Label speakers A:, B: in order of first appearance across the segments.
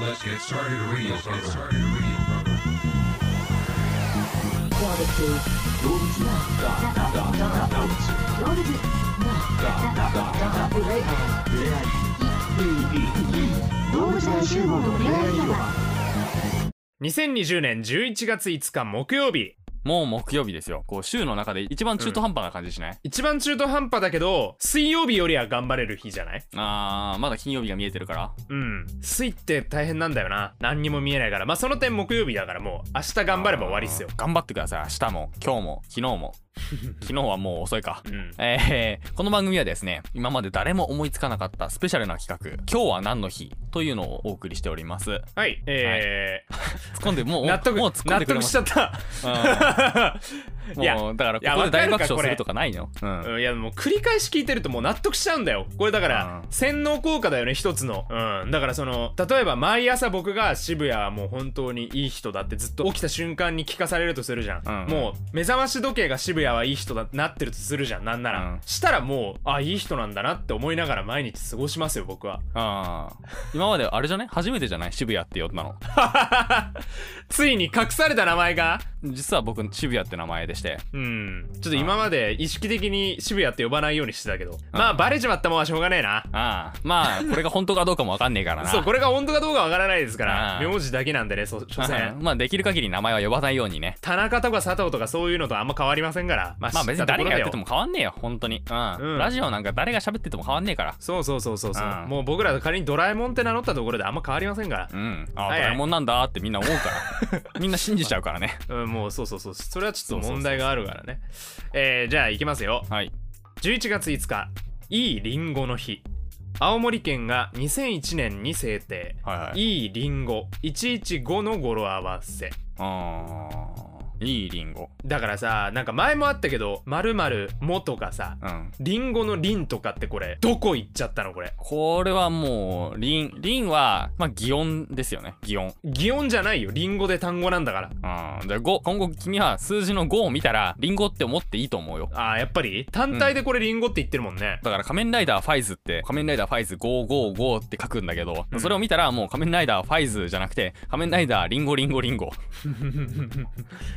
A: Let's get started radio get started radio program.
B: Doors
C: 2020年11月5日木曜日
D: もう木曜日ですよ。こう、週の中で一番中途半端な感じしない、
C: 一番中途半端だけど水曜日よりは頑張れる日じゃない
D: あー、まだ金曜日が見えてるから。
C: うん水って大変なんだよな何にも見えないからまあその点木曜日だからもう明日頑張れば終わりっすよ
D: あー頑張ってください。明日も、今日も、昨日 も。昨日はもう遅いか。
C: うん
D: えー、この番組はですね、今まで誰も思いつかなかったスペシャルな企画、今日は何の日というのをお送りしております。突っ
C: はいえー
D: 込んで、もう、
C: 納得
D: もう突っ込ん
C: 納
D: でくれ
C: 得
D: ま
C: し
D: し
C: ちゃった
D: た。うん
C: いや
D: もう、だから、
C: いや
D: ここで大
C: わ
D: 爆
C: かるか
D: 笑
C: こ
D: す
C: れ
D: るとかないのうん。
C: うんいやもう繰り返し聞いてるともう納得しちゃうんだよこれだから
D: うん
C: 洗脳効果だよね一つのうんだからその例えば毎朝僕が渋谷はもう本当にいい人だってずっと起きた瞬間に聞かされるとするじゃん、
D: うん
C: もう目覚まし時計が渋谷はいい人だなってるとするじゃんなんなら、
D: うん
C: したらもうあいい人なんだなって思いながら毎日過ごしますよ僕 は
D: あー今まで、あれじゃない初めてじゃない渋谷って呼んだの。
C: ついに隠された名前が
D: 実は僕、渋谷って名前でして。
C: うんちょっと今まで意識的に渋谷って呼ばないようにしてたけど、まあバレちまったもんはしょうがねえな
D: ああまあこれが本当かどうかもわかんねえから な
C: そうこれが本当かどうかわからないですから
D: うん
C: 名字だけなんでねそ所
D: ああ
C: 詮
D: まあできる限り名前は呼ばないようにね
C: 田中とか佐藤とかそういうのとあんま変わりませんからま
D: まあ別に誰がやってて
C: も
D: も変わんねえよ本当にうん、
C: うん
D: ラジオなんか誰が喋ってても変わんねえから
C: そうそうそうそうそう
D: うん
C: もう僕らが仮にドラえもんって名乗ったところであんま変わりませんから
D: うんああ、
C: はいはい
D: ドラえもんなんだってみんな思うから みんな信じちゃうからね
C: うんもうそうそうそうそれはちょっと問題があるからねえーじゃあいきますよ
D: はい
C: 11月5日いいりんごの日青森県が2001年に制定
D: はいはい
C: いいりんご115の語呂合わせ
D: あーいいリンゴ
C: だからさなんか前もあったけど「まるも」とかさ
D: うん
C: リンゴのリンとかってこれどこ行っちゃったのこれ
D: これはもうリンリンはまあ擬音ですよね擬音
C: 擬音じゃないよリンゴで単語なんだから
D: うんでご今後君は数字の5を見たらリンゴって思っていいと思うよ
C: あーやっぱり単体でこれリンゴって言ってるもんね、
D: だから仮面ライダーファイズって仮面ライダーファイズ555って書くんだけど、
C: うん
D: それを見たらもう仮面ライダーファイズじゃなくて仮面ライダーリンゴリンゴリンゴ、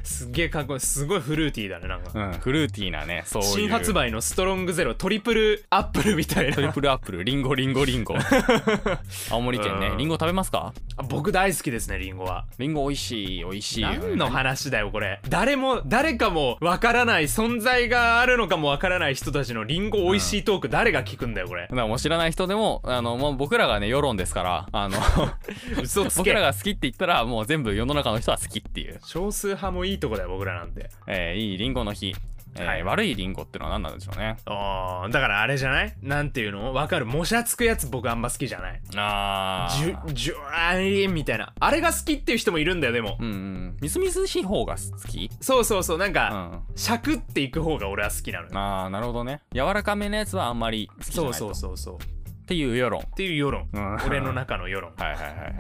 C: すっげえかっこいいすごいフルーティーだねなんか、
D: うん、フルーティーなねそういう
C: 新発売のストロングゼロトリプルアップルみたい
D: トリ
C: な
D: プルアップルリンゴリンゴリ ンゴ青森県ね
C: うん
D: リンゴ食べますか
C: あ僕大好きですねリンゴは
D: リンゴ美味しい美味しい
C: 何の話だよこれ誰も誰かもわからない存在があるのかもわからない人たちのリンゴ美味しいトーク誰が聞くんだよこれ
D: だからもう知らない人でもあのもう僕らがね世論ですからあの
C: 嘘つ
D: 僕ら
C: け
D: が好きって言ったらもう全部世の中の人は好きっていう、
C: 少数派もいいとこだよ僕らなんて
D: えーいいリンゴの日、えー
C: はい
D: 悪いリンゴってのは何なんでしょうね
C: あーだからあれじゃないなんていうのわかる模写つくやつ僕あんま好きじゃない
D: あ
C: ジュジュアリーみたいなあれが好きっていう人もいるんだよでも、
D: うんうんみずみずしい方が好き
C: そうそうそうなん
D: う
C: か、
D: ん
C: しゃくっていく方が俺は好きなのよ
D: ああなるほどね柔らかめのやつはあんまり好きじゃ
C: そ
D: な
C: う
D: いと
C: そうそうそうっ
D: っていう世論
C: ていう世論、
D: うん
C: 俺の中の世論
D: はいはいはいはい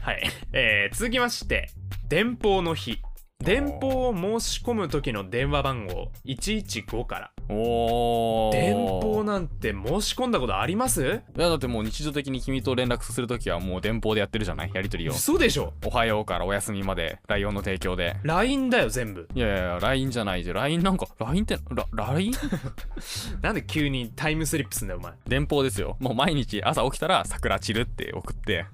C: はい、 えー、続きまして電報の日電報を申し込む時の電話番号115から
D: おお
C: 電報なんて申し込んだことあります
D: いやだってもう日常的に君と連絡するときはもう電報でやってるじゃないやりとりを
C: 嘘でしょ
D: おはようからお休みまで LINE の提供で
C: LINE だよ全部
D: いやいやいや LINE じゃないで LINE なんか LINE ってラ LINE?
C: なんで急にタイムスリップすんだよお前
D: 電報ですよもう毎日朝起きたら桜散るって送って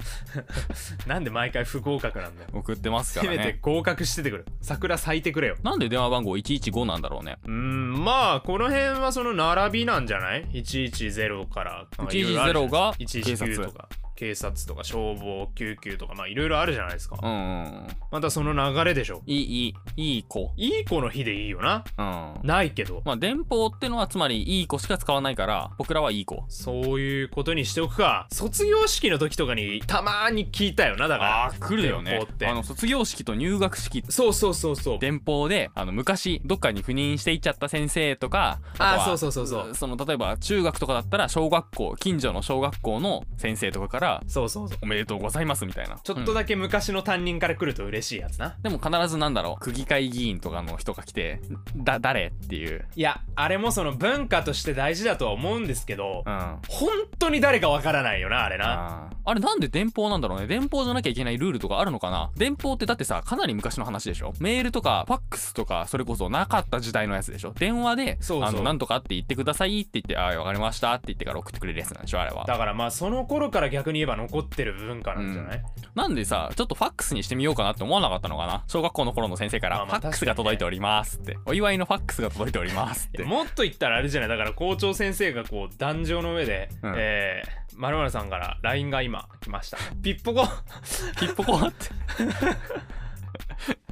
C: なんで毎回不合格なんだよ
D: 送ってますか
C: せ
D: ら
C: めて
D: ね
C: 合格しててくれ桜咲いてくれよ
D: なんで電話番号115なんだろうね
C: うーんまあこの辺はその並びなんじゃない110からまあいろいろあるじゃない
D: 110が
C: 119
D: 警察
C: とか警察とか消防救急とかまあいろいろあるじゃないですか
D: うんうん
C: またその流れでしょ
D: いいいいいい子
C: いい子の日でいいよな
D: うん
C: ないけど
D: まあ、電報ってのはつまりいい子しか使わないから僕らはいい子
C: そういうことにしておくか卒業式の時とかにたまーに聞いたよなだから電報って
D: あの卒業式と入学式
C: そうそうそうそう
D: 電報であの昔どっかに赴任していっちゃった先生とか
C: あー
D: とは
C: そうそうそうそう
D: その例えば中学とかだったら小学校近所の小学校の先生とかかから
C: そうそうそう
D: おめでとうございますみたいな
C: ちょっと
D: だ、
C: だけ昔の担任から来ると嬉しいやつな
D: うんでも必ずなんだろう区議会議員とかの人が来てだ誰っていう
C: いやあれもその文化として大事だとは思うんですけど
D: うんあ
C: 本当に誰かわからないよなあれな
D: ーあれなんで電報なんだろうね電報じゃなきゃいけないルールとかあるのかな電報ってだってさかなり昔の話でしょメールとかファックスとかそれこそなかった時代のやつでしょ電話で
C: そうそう
D: あのなんとかって言ってくださいって言ってああわかりましたって言ってから送ってくれるやつなんでしょあれは
C: だからまあその頃から逆に言えば残ってる文化なんじゃない、
D: なんでさちょっとファックスにしてみようかなって思わなかったのかな小学校の頃の先生から、
C: まあまあ
D: ファックスが届いておりますってお祝いのファックスが届いておりますって
C: もっと言ったらあれじゃないだから校長先生がこう壇上の上で、
D: うん
C: えー、〇〇さんから LINE が今来ましたピッポコ
D: ピッポコって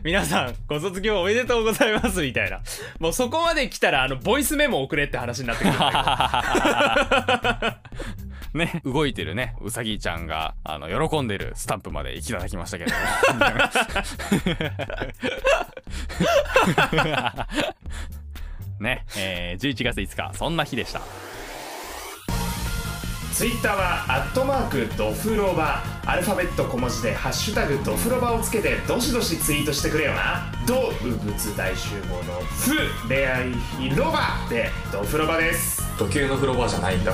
C: 皆さんご卒業おめでとうございますみたいなもうそこまで来たらあのボイスメモ送れって話になってくるんだけど
D: ね動いてるねうさぎちゃんがあの喜んでるスタンプまでいただきましたけれど もねえー11月5日そんな日でした
C: ツイッターはアットマークドフロバアルファベット小文字で「ハッシュタグドフロバ」をつけてどしどしツイートしてくれよな動物大集合の「フ」恋愛広場でドフロバです
D: 時計の風呂場じゃないんだ